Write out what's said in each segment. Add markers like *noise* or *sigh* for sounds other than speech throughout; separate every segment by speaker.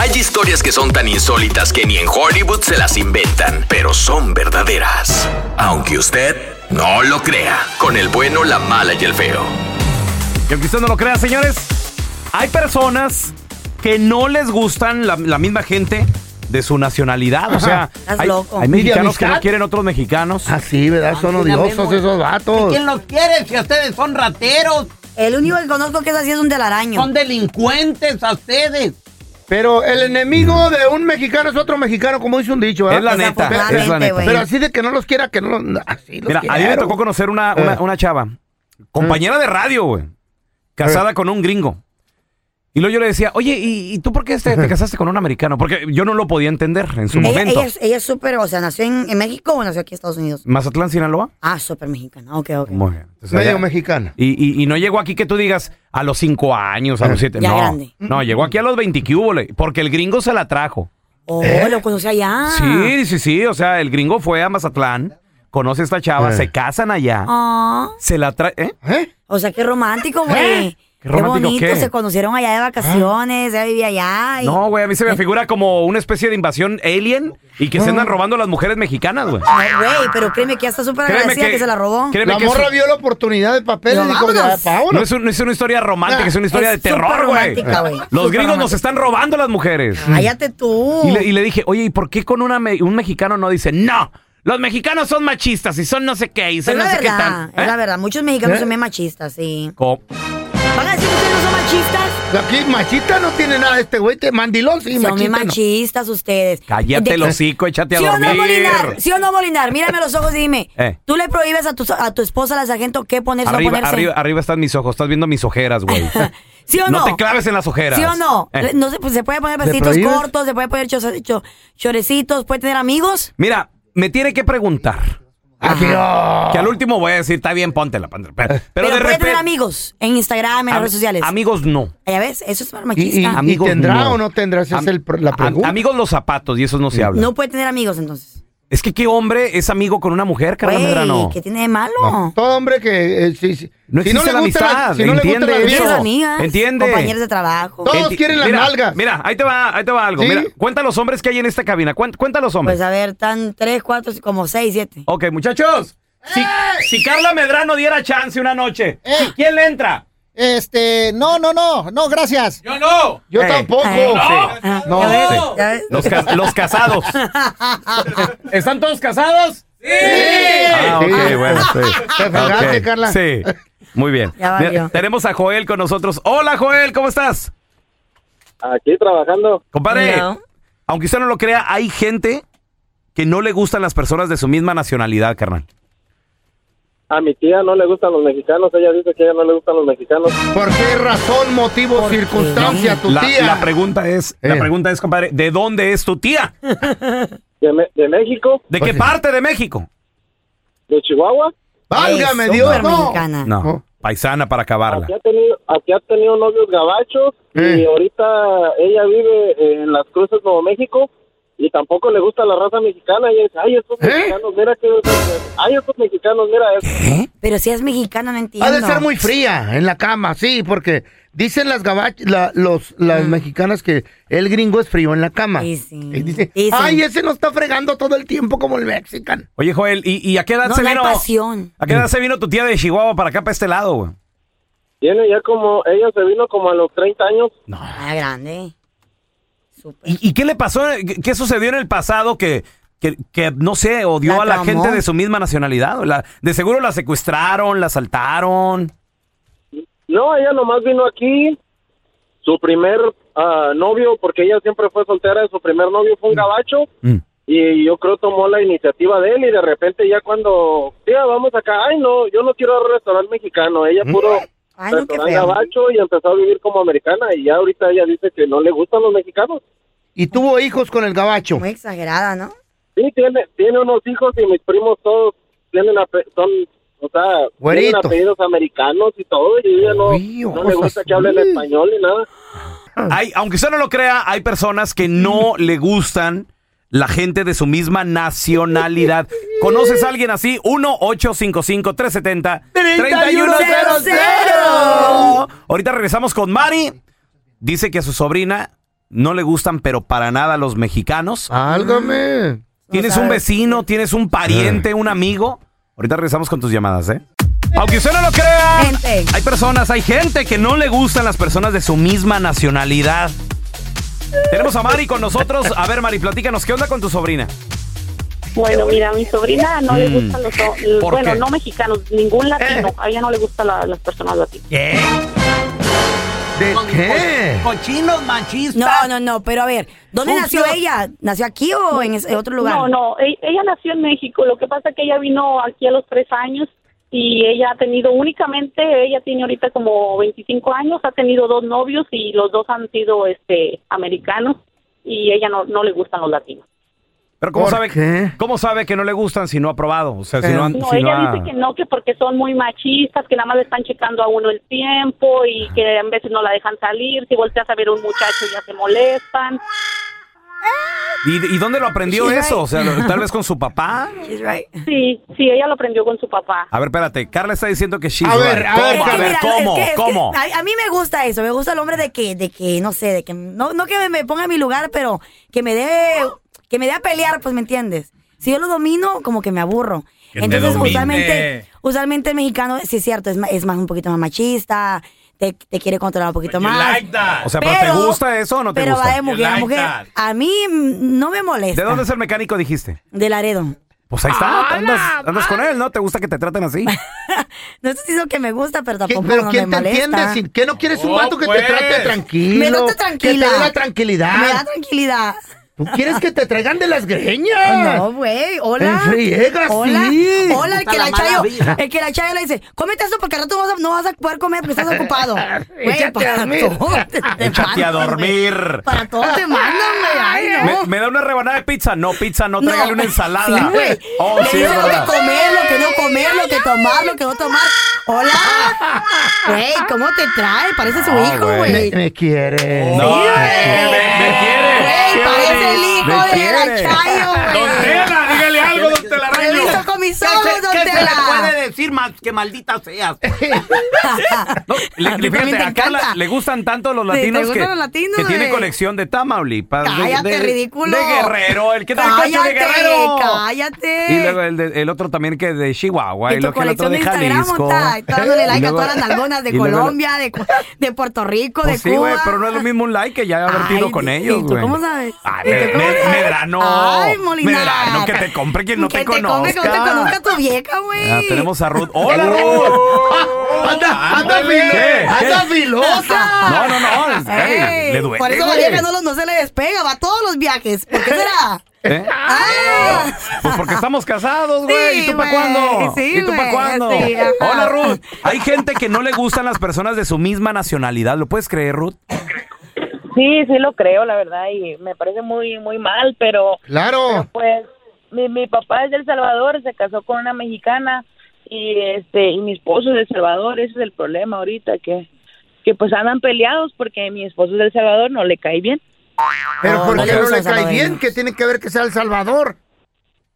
Speaker 1: Hay historias que son tan insólitas que ni en Hollywood se las inventan, pero son verdaderas. Aunque usted no lo crea, con el bueno, la mala y el feo.
Speaker 2: Y aunque usted no lo crea, señores, hay personas que no les gustan la, la misma gente de su nacionalidad. O sea,
Speaker 3: Estás
Speaker 2: hay,
Speaker 3: loco.
Speaker 2: hay
Speaker 3: ¿Y de
Speaker 2: mexicanos que no
Speaker 4: amistad?
Speaker 2: quieren otros mexicanos.
Speaker 4: Así, ¿verdad? Son
Speaker 3: Ándale,
Speaker 4: odiosos
Speaker 3: Memo.
Speaker 4: esos vatos.
Speaker 5: ¿Quién los quiere si ustedes son rateros?
Speaker 3: El único que conozco que es así es un telaraño.
Speaker 5: Son delincuentes a ustedes.
Speaker 4: Pero el enemigo de un mexicano es otro mexicano, como dice un dicho, ¿verdad?
Speaker 2: Es la neta, es la
Speaker 3: Desafortunadamente,
Speaker 2: neta.
Speaker 3: güey.
Speaker 4: Pero así de que no los quiera, que no los... Así los
Speaker 2: Mira, a mí me
Speaker 4: quiero.
Speaker 2: tocó conocer una, una,
Speaker 4: Eh.
Speaker 2: una chava, compañera de radio, güey, casada con un gringo. Y luego yo le decía, oye, ¿y, y tú por qué este- te casaste con un americano? Porque yo no lo podía entender en su
Speaker 3: ella,
Speaker 2: momento.
Speaker 3: ella es- ella es súper, o sea, nació en, en México o nació aquí en Estados Unidos.
Speaker 2: Mazatlán, Sinaloa.
Speaker 3: Ah, súper mexicana. Ok, ok.
Speaker 2: Muy bien. Entonces,
Speaker 4: Medio
Speaker 2: allá-
Speaker 4: mexicano.
Speaker 2: y, y- y no llegó aquí que tú digas a los cinco años, a los siete.
Speaker 3: Ya
Speaker 2: no,
Speaker 3: grande.
Speaker 2: no, llegó aquí a los 20 que hubo, le- porque el gringo se la trajo.
Speaker 3: Oh, lo conocí allá.
Speaker 2: Sí, sí, sí. O sea, el gringo fue a Mazatlán, conoce a esta chava,
Speaker 4: Eh.
Speaker 2: se casan allá,
Speaker 3: Ah,
Speaker 2: se la trae. ¿eh?
Speaker 4: ¿Eh?
Speaker 3: o sea, qué romántico, güey.
Speaker 2: ¿Eh? ¿Qué romántico
Speaker 3: bonito,
Speaker 2: qué?
Speaker 3: se conocieron allá de vacaciones, ella vivía allá. y-
Speaker 2: No, güey, a mí se
Speaker 3: Eh.
Speaker 2: me figura como una especie de invasión alien y que se
Speaker 3: Ah.
Speaker 2: andan robando a las mujeres mexicanas, güey.
Speaker 3: Ay, güey, pero créeme que ya está súper agradecida que, se la robó.
Speaker 2: créeme
Speaker 4: La
Speaker 2: que es-
Speaker 4: morra vio la oportunidad de papel
Speaker 3: Pero
Speaker 4: y dijo, ya,
Speaker 3: vámonos.
Speaker 2: no,
Speaker 4: vámonos.
Speaker 2: es un- no es una historia romántica, es una historia
Speaker 3: Es
Speaker 2: de
Speaker 3: súper
Speaker 2: terror, güey.
Speaker 3: romántica, güey.
Speaker 2: Los
Speaker 3: Súper
Speaker 2: gringos nos
Speaker 3: romántica.
Speaker 2: están robando a las mujeres.
Speaker 3: Cállate tú.
Speaker 2: Y le, y le dije, oye, ¿y por qué con una me- un mexicano no dice, no, los mexicanos son machistas y son no sé qué y son
Speaker 3: Pero
Speaker 2: no
Speaker 3: es la
Speaker 2: sé qué
Speaker 3: verdad,
Speaker 2: tan...
Speaker 3: es la
Speaker 2: ¿Eh?
Speaker 3: verdad. Muchos mexicanos
Speaker 4: ¿Eh?
Speaker 3: son bien machistas, sí.
Speaker 2: Co-
Speaker 3: ¿Van a decir que ustedes no son machistas?
Speaker 4: Aquí machista no tiene nada este güey, te mandilón sí,
Speaker 3: Son bien
Speaker 4: machista no.
Speaker 3: machistas ustedes.
Speaker 2: Cállate
Speaker 3: De-
Speaker 2: el hocico, échate a
Speaker 3: ¿Sí o no,
Speaker 2: dormir.
Speaker 3: Molinar? ¿Sí o no, Molinar? Mírame los ojos y dime.
Speaker 2: *laughs* Eh.
Speaker 3: ¿Tú le prohíbes a tu, a tu esposa, la sargento, qué ponerse o no
Speaker 2: Arriba,
Speaker 3: ponerse?
Speaker 2: arriba, arriba están mis ojos, estás viendo mis ojeras, güey.
Speaker 3: *laughs* ¿Sí o no?
Speaker 2: no? te claves en las ojeras.
Speaker 3: ¿Sí o no?
Speaker 2: Eh.
Speaker 3: Le- no se, pues, se puede poner vestidos
Speaker 4: prohíbes?
Speaker 3: cortos, se puede poner chos- cho- chorecitos, puede tener amigos.
Speaker 2: Mira, me tiene que preguntar.
Speaker 4: Aquí, oh.
Speaker 2: Que al último voy a decir, está bien, póntela. póntela, Pero, pero
Speaker 3: Pero,
Speaker 2: de
Speaker 3: puede
Speaker 2: repente.
Speaker 3: tener amigos en Instagram, en las
Speaker 2: am-
Speaker 3: redes sociales.
Speaker 2: Amigos no.
Speaker 3: Ya ves, eso es súper machista.
Speaker 4: Y, y- y
Speaker 2: Amigos,
Speaker 4: tendrá
Speaker 2: no.
Speaker 4: o no tendrá, esa
Speaker 2: Am-
Speaker 4: es el pro- la
Speaker 2: am-
Speaker 4: pregunta.
Speaker 2: amigos los zapatos, y eso no se habla.
Speaker 3: No puede tener amigos entonces.
Speaker 2: Es que qué hombre es amigo con una mujer, Carla
Speaker 3: Güey,
Speaker 2: Medrano.
Speaker 3: ¿qué tiene de malo?
Speaker 4: Todo hombre que eh, si, si-
Speaker 2: No
Speaker 4: si no
Speaker 2: existe
Speaker 4: le
Speaker 2: la
Speaker 4: gusta
Speaker 2: amistad,
Speaker 4: la, si no le gusta
Speaker 2: entiende
Speaker 4: la
Speaker 2: eso.
Speaker 3: Tienes
Speaker 4: vieja,
Speaker 3: amigas,
Speaker 2: Entiende.
Speaker 3: compañeros de trabajo.
Speaker 4: Todo. Todos
Speaker 2: Enti-
Speaker 4: quieren las
Speaker 2: mira,
Speaker 4: nalgas.
Speaker 2: Mira, ahí te va, ahí te va algo.
Speaker 4: ¿Sí?
Speaker 2: Mira, cuenta los hombres que hay en esta cabina. Cuenta, cuenta los hombres.
Speaker 3: Pues a ver, tan tres, cuatro, como seis, siete.
Speaker 2: ok, muchachos. Si, si Carla Medrano diera chance una noche,
Speaker 6: Eh.
Speaker 2: ¿quién le entra?
Speaker 6: Este, no, no, no, no, gracias.
Speaker 2: Yo no.
Speaker 4: yo
Speaker 2: Eh,
Speaker 4: tampoco.
Speaker 3: Eh, Ah,
Speaker 4: No.
Speaker 3: ¿ya ves?
Speaker 2: Sí.
Speaker 3: ¿Ya ves?
Speaker 2: Los, ca- los
Speaker 4: *laughs*
Speaker 2: casados. ¿Están todos casados? Sí. Ah, ok,
Speaker 4: Sí.
Speaker 2: bueno, sí.
Speaker 4: *laughs* Te fregaste,
Speaker 2: Ok,
Speaker 4: Carla.
Speaker 2: Sí. Muy bien.
Speaker 3: Ya valió.
Speaker 2: Mira, tenemos a Joel con nosotros. Hola, Joel, ¿cómo estás?
Speaker 7: Aquí trabajando.
Speaker 2: Compadre,
Speaker 3: No.
Speaker 2: aunque usted no lo crea, hay gente que no le gustan las personas de su misma nacionalidad, carnal.
Speaker 7: A mi tía no le gustan los mexicanos. Ella dice que a ella no le gustan los mexicanos.
Speaker 4: ¿Por qué razón, motivo,
Speaker 3: ¿Por qué?
Speaker 4: circunstancia tu
Speaker 2: la,
Speaker 4: tía?
Speaker 2: la pregunta es, la
Speaker 4: Eh.
Speaker 2: pregunta es, compadre, ¿de dónde es tu tía?
Speaker 7: De, Me- de México,
Speaker 2: ¿De
Speaker 4: Pues
Speaker 2: qué
Speaker 4: sí.
Speaker 2: parte de México?
Speaker 7: de Chihuahua.
Speaker 4: Válgame
Speaker 3: Ay,
Speaker 4: Dios,
Speaker 3: súper
Speaker 4: no.
Speaker 3: mexicana.
Speaker 2: No,
Speaker 4: No.
Speaker 2: paisana para acabarla.
Speaker 7: Aquí ha tenido, aquí ha tenido novios gabachos.
Speaker 4: Eh.
Speaker 7: Y ahorita ella vive en Las Cruces, Nuevo México. Y tampoco le gusta la raza mexicana. Ella dice, ay, estos
Speaker 4: ¿Eh?
Speaker 7: mexicanos, mira que... Ay, estos mexicanos, mira esto.
Speaker 2: ¿Eh?
Speaker 3: Pero si es mexicana, no entiendo.
Speaker 4: Ha de ser muy fría en la cama, sí, porque dicen las gabachas, los, las mexicanas que el gringo es frío en la cama.
Speaker 3: Ah. Sí, sí.
Speaker 4: Y dice,
Speaker 3: Dicen.
Speaker 4: ay, ese no está fregando todo el tiempo como el mexicano.
Speaker 2: Oye, Joel, ¿y, y a qué edad
Speaker 3: No,
Speaker 2: se
Speaker 3: no hay
Speaker 2: vino?
Speaker 3: pasión.
Speaker 2: ¿A qué edad se vino tu tía de Chihuahua para acá, para este lado, güey?
Speaker 7: Tiene ya como... Ella se vino como a los 30 años.
Speaker 3: Ah, grande. Súper.
Speaker 2: ¿Y, y qué le pasó? ¿Qué- ¿Qué sucedió en el pasado que, que, que, no sé, odió
Speaker 3: La
Speaker 2: a la
Speaker 3: tramó.
Speaker 2: gente de su misma nacionalidad? O la- de seguro la secuestraron, la asaltaron.
Speaker 7: No, ella nomás vino aquí. Su primer ah, novio, porque ella siempre fue soltera, su primer novio fue un gabacho.
Speaker 2: Mm.
Speaker 7: Y yo creo tomó la iniciativa de él y de repente ya cuando, tía, vamos acá, ay no, yo no quiero restaurante mexicano, ella
Speaker 4: Mm.
Speaker 7: puro
Speaker 3: Ay, no, qué
Speaker 7: restaurante
Speaker 3: feo.
Speaker 7: gabacho y empezó a vivir como americana y ya ahorita ella dice que no le gustan los mexicanos.
Speaker 4: Y tuvo hijos con el gabacho.
Speaker 3: Muy exagerada, ¿no?
Speaker 7: Sí, tiene, tiene unos hijos y mis primos todos tienen, ape- son, o sea, tienen
Speaker 4: Güeritos.
Speaker 7: apellidos americanos y todo y ella no,
Speaker 4: Uy,
Speaker 7: no
Speaker 4: ojos
Speaker 7: le gusta que hablen
Speaker 4: azules.
Speaker 7: español ni nada.
Speaker 2: Hay, aunque usted no lo crea, hay personas que no le gustan la gente de su misma nacionalidad. ¿Conoces a alguien así? 1-855-370-3100. Ahorita regresamos con Mari. Dice que a su sobrina no le gustan, pero para nada los mexicanos.
Speaker 4: Ah, Álgame.
Speaker 2: Tienes un vecino, tienes un pariente, un amigo. Ahorita regresamos con tus llamadas, ¿eh? Aunque usted no lo crea,
Speaker 3: Gente.
Speaker 2: hay personas, hay gente que no le gustan las personas de su misma nacionalidad. Tenemos a Mari con nosotros. A ver, Mari, platícanos, ¿qué onda con tu sobrina?
Speaker 8: Bueno, mira, a mi sobrina no le
Speaker 2: Mm.
Speaker 8: gustan los...
Speaker 2: ¿Por
Speaker 8: Bueno,
Speaker 2: qué? Eh.
Speaker 8: no mexicanos, ningún latino. A ella no le gustan la- las personas latinas.
Speaker 2: ¿Qué? Pues,
Speaker 4: ¿De qué?
Speaker 5: Co- Cochinos machistas.
Speaker 3: No, no, no, pero a ver, ¿dónde
Speaker 5: Sucio.
Speaker 3: nació ella? ¿Nació aquí o en ese- otro lugar?
Speaker 8: No, no, e- ella nació en México. Lo que pasa es que ella vino aquí a los tres años y ella ha tenido únicamente, ella tiene ahorita como 25 años, ha tenido dos novios y los dos han sido este americanos y ella no, no le gustan los latinos.
Speaker 2: Pero ¿cómo
Speaker 4: ¿Por
Speaker 2: sabe,
Speaker 4: qué?
Speaker 2: ¿cómo sabe que no le gustan si no ha probado? O sea, si
Speaker 4: Eh,
Speaker 2: no han...
Speaker 8: No,
Speaker 2: Mm, si no
Speaker 8: ella
Speaker 2: ha-
Speaker 8: dice que no, que porque son muy machistas, que nada más le están checando a uno el tiempo y que a veces no la dejan salir. Si volteas a ver a un muchacho ya se molestan.
Speaker 2: ¿Y, y dónde lo aprendió
Speaker 3: She's
Speaker 2: eso?
Speaker 3: right.
Speaker 2: O sea, lo- tal vez con su papá.
Speaker 3: Ah, She's right.
Speaker 8: Sí, sí, ella lo aprendió con su papá.
Speaker 2: A ver, espérate. Carla está diciendo que she's
Speaker 4: A ver,
Speaker 2: right.
Speaker 4: a ver,
Speaker 2: ¿Cómo?
Speaker 3: Es que
Speaker 2: A ver,
Speaker 3: mira,
Speaker 2: ¿cómo?
Speaker 3: es que- es que
Speaker 2: ¿Cómo?
Speaker 3: a, a mí me gusta eso, me gusta el hombre de que, de que, no sé, de que, no, no que me ponga en mi lugar, pero que me dé, que me dé a pelear, pues, ¿me entiendes? Si yo lo domino, como que me aburro.
Speaker 2: Que te
Speaker 3: Entonces,
Speaker 2: domine.
Speaker 3: usualmente, usualmente el mexicano, sí es cierto, es ma- es más, un poquito más machista, te, te quiere controlar un poquito más.
Speaker 2: O sea, ¿pero te gusta eso o no te
Speaker 3: pero
Speaker 2: gusta?
Speaker 3: va de mujer a mujer. A mí mm, no me molesta.
Speaker 2: ¿De dónde es el mecánico, dijiste?
Speaker 3: De Laredo.
Speaker 2: Pues ahí está. Andas, andas con él, ¿no? ¿Te gusta que te traten así?
Speaker 3: No estoy diciendo que me gusta, pero
Speaker 4: ¿Qué-
Speaker 3: tampoco
Speaker 4: ¿Pero
Speaker 3: no
Speaker 4: quién
Speaker 3: me
Speaker 4: te
Speaker 3: molesta.
Speaker 4: entiende? Si- ¿Qué no quieres un vato que
Speaker 2: pues.
Speaker 4: te trate tranquilo?
Speaker 3: Me da tranquila.
Speaker 4: Que te dé la
Speaker 3: Me da
Speaker 4: tranquilidad.
Speaker 3: tranquilidad.
Speaker 4: ¿Tú quieres que te traigan de las greñas?
Speaker 3: No, güey, hola.
Speaker 4: En friega,
Speaker 3: hola.
Speaker 4: sí.
Speaker 3: Hola, el que
Speaker 5: Puta
Speaker 3: la
Speaker 5: la mala
Speaker 3: chayo.
Speaker 5: vida.
Speaker 3: El que la chayo le dice, cómete esto porque al rato vas a- no vas a poder comer porque estás
Speaker 2: *laughs*
Speaker 3: ocupado. Güey,
Speaker 4: Échate a
Speaker 3: para
Speaker 4: dormir.
Speaker 3: todo te- te
Speaker 2: Échate a
Speaker 3: mandan, güey.
Speaker 2: dormir.
Speaker 3: Para todo te mandan, güey. Ay, no.
Speaker 2: ¿Me, me da una rebanada de pizza? No, pizza no. Tráigale una ensalada.
Speaker 3: Sí, güey.
Speaker 2: Oh,
Speaker 3: Le
Speaker 2: sí,
Speaker 3: dice
Speaker 2: es
Speaker 3: lo que
Speaker 2: verdad.
Speaker 3: comer, lo que no comer, lo que tomar, lo que no tomar. Hola. Güey, ¿cómo te trae? Parece su
Speaker 2: No,
Speaker 3: hijo,
Speaker 2: Oh, güey.
Speaker 3: güey.
Speaker 4: Me, me quieres. eh.
Speaker 2: No,
Speaker 3: Sí,
Speaker 2: me,
Speaker 3: güey.
Speaker 2: quiere, me quiere.
Speaker 3: Güey, parece el hijo
Speaker 2: Me
Speaker 3: de la
Speaker 2: quiere.
Speaker 3: Chayo, güey.
Speaker 2: Don Tela, dígale algo, don
Speaker 3: Lo he
Speaker 2: Telaraño.
Speaker 3: visto con mis
Speaker 5: ¿Qué se,
Speaker 3: ojos, don
Speaker 5: qué se le
Speaker 3: Tela.
Speaker 5: puede decir más que maldita seas?
Speaker 2: No, le,
Speaker 3: A ti
Speaker 2: le-
Speaker 3: también
Speaker 2: fíjate,
Speaker 3: te
Speaker 2: a Carla
Speaker 3: encanta.
Speaker 2: le gustan tanto los
Speaker 3: Sí, te
Speaker 2: latinos que,
Speaker 3: gustan los latinos,
Speaker 2: que tiene
Speaker 3: güey.
Speaker 2: colección de Tamaulipas. de-
Speaker 3: Cállate,
Speaker 2: de,
Speaker 3: ridículo.
Speaker 2: De Guerrero, el que trae
Speaker 3: cállate,
Speaker 2: cacho de Guerrero.
Speaker 3: Cállate.
Speaker 2: Y luego el, de- el otro también que de Chihuahua,
Speaker 3: que
Speaker 2: y
Speaker 3: tu
Speaker 2: luego que el otro
Speaker 3: colección de
Speaker 2: de
Speaker 3: Instagram
Speaker 2: Jalisco.
Speaker 3: está, está dándole
Speaker 2: *laughs*
Speaker 3: like
Speaker 2: Y
Speaker 3: a
Speaker 2: luego-
Speaker 3: todas las nalgonas de
Speaker 2: y luego-
Speaker 3: Colombia, de, cu- de Puerto Rico, de
Speaker 2: Pues sí,
Speaker 3: Cuba.
Speaker 2: güey, pero no es lo mismo un like que ya haber
Speaker 3: Ay,
Speaker 2: tiro con
Speaker 3: ¿y
Speaker 2: ellos,
Speaker 3: tú
Speaker 2: güey.
Speaker 3: cómo sabes?
Speaker 2: Ay,
Speaker 3: ¿Y tú
Speaker 2: me-
Speaker 3: cómo
Speaker 2: me-
Speaker 3: sabes?
Speaker 2: Medrano.
Speaker 3: Ay, Molinar.
Speaker 2: Medrano, que te compre quien no
Speaker 3: Que
Speaker 2: te
Speaker 3: compre, que no te
Speaker 2: conozca.
Speaker 3: conozca tu vieja, güey.
Speaker 2: Ah, tenemos a Ruth. ¡Hola,
Speaker 4: Ah,
Speaker 2: Ruth!
Speaker 4: Anda, anda,
Speaker 2: Ándale.
Speaker 4: filo-
Speaker 2: ¿Qué?
Speaker 4: anda filosa.
Speaker 2: No, no, no. es- ey,
Speaker 3: Ey,
Speaker 2: le duele.
Speaker 3: Por eso la
Speaker 2: güey.
Speaker 3: vieja no, lo- no se le despega, va a todos los viajes. ¿Por
Speaker 2: *laughs*
Speaker 3: qué será?
Speaker 2: ¿Eh?
Speaker 3: Ah.
Speaker 2: Pues porque estamos casados, güey.
Speaker 3: Sí,
Speaker 2: ¿Y tú para
Speaker 3: güey.
Speaker 2: cuándo?
Speaker 3: Sí,
Speaker 2: ¿Y tú para
Speaker 3: güey.
Speaker 2: cuándo?
Speaker 3: Sí, ajá.
Speaker 2: Hola, Ruth. Hay gente que no le gustan las personas de su misma nacionalidad. ¿Lo puedes creer, Ruth?
Speaker 9: Sí, sí lo creo, la verdad, y me parece muy, muy mal, pero
Speaker 4: Claro.
Speaker 9: pues mi, mi papá es del Salvador, se casó con una mexicana y este y mi esposo es del Salvador, ese es el problema ahorita que que pues andan peleados porque mi esposo es del Salvador, no le cae bien.
Speaker 4: Pero
Speaker 3: No,
Speaker 4: ¿por
Speaker 3: no
Speaker 4: qué
Speaker 3: le
Speaker 4: no
Speaker 3: gusta
Speaker 4: le cae
Speaker 3: Salvador.
Speaker 4: bien? ¿Qué tiene que ver que sea El Salvador?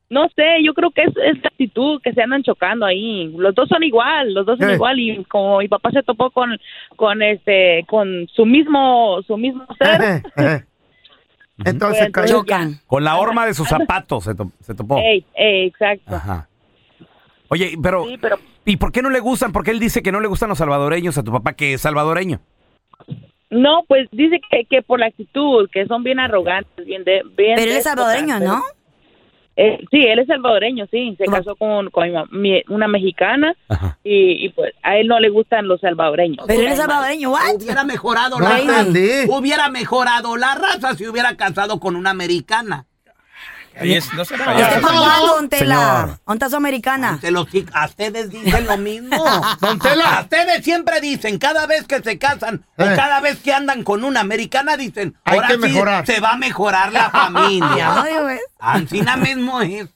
Speaker 9: No sé, yo creo que es, es la actitud que se andan chocando ahí. Los dos son igual, los dos son
Speaker 4: Eh.
Speaker 9: igual y como mi papá se topó con con este con su mismo su mismo
Speaker 4: *laughs*
Speaker 3: ¿Eh?
Speaker 9: ser.
Speaker 4: Entonces,
Speaker 9: Pues,
Speaker 4: cayó.
Speaker 3: Chocan.
Speaker 2: Con la horma de sus zapatos se, to- se topó.
Speaker 9: Ey, ey, exacto.
Speaker 2: Ajá. Oye, pero,
Speaker 9: Sí, pero
Speaker 2: ¿y por qué no le gustan? Porque él dice que no le gustan los salvadoreños a tu papá, que es salvadoreño.
Speaker 9: No, pues dice que, que por la actitud, que son bien arrogantes, bien de...
Speaker 3: Pero
Speaker 9: Bien
Speaker 3: él es
Speaker 9: déspotas,
Speaker 3: salvadoreño,
Speaker 9: pero-
Speaker 3: ¿no?
Speaker 9: Eh, sí, él es salvadoreño, sí. Se
Speaker 3: Tu papá-
Speaker 9: casó con, con mi ma- mi- una mexicana
Speaker 2: Ajá.
Speaker 9: y, y, pues a él no le gustan los salvadoreños.
Speaker 3: Pero él es salvadoreño, ¿what?
Speaker 5: Hubiera mejorado
Speaker 4: No
Speaker 5: la
Speaker 4: entendí.
Speaker 5: raza. Hubiera mejorado la raza si hubiera casado con una americana.
Speaker 3: ¿Usted para cuándo, don Tela?
Speaker 2: Señor.
Speaker 3: ¿Onta su americana?
Speaker 5: Se los, a ustedes dicen lo mismo.
Speaker 4: *laughs* Don Tela.
Speaker 5: A ustedes siempre dicen, cada vez que se casan
Speaker 4: Eh.
Speaker 5: o cada vez que andan con una americana, dicen,
Speaker 4: Hay
Speaker 5: ahora
Speaker 4: que
Speaker 5: sí
Speaker 3: *laughs*
Speaker 4: mejorar".
Speaker 5: se va a mejorar la familia.
Speaker 3: Ay, güey.
Speaker 5: Ancina mismo es.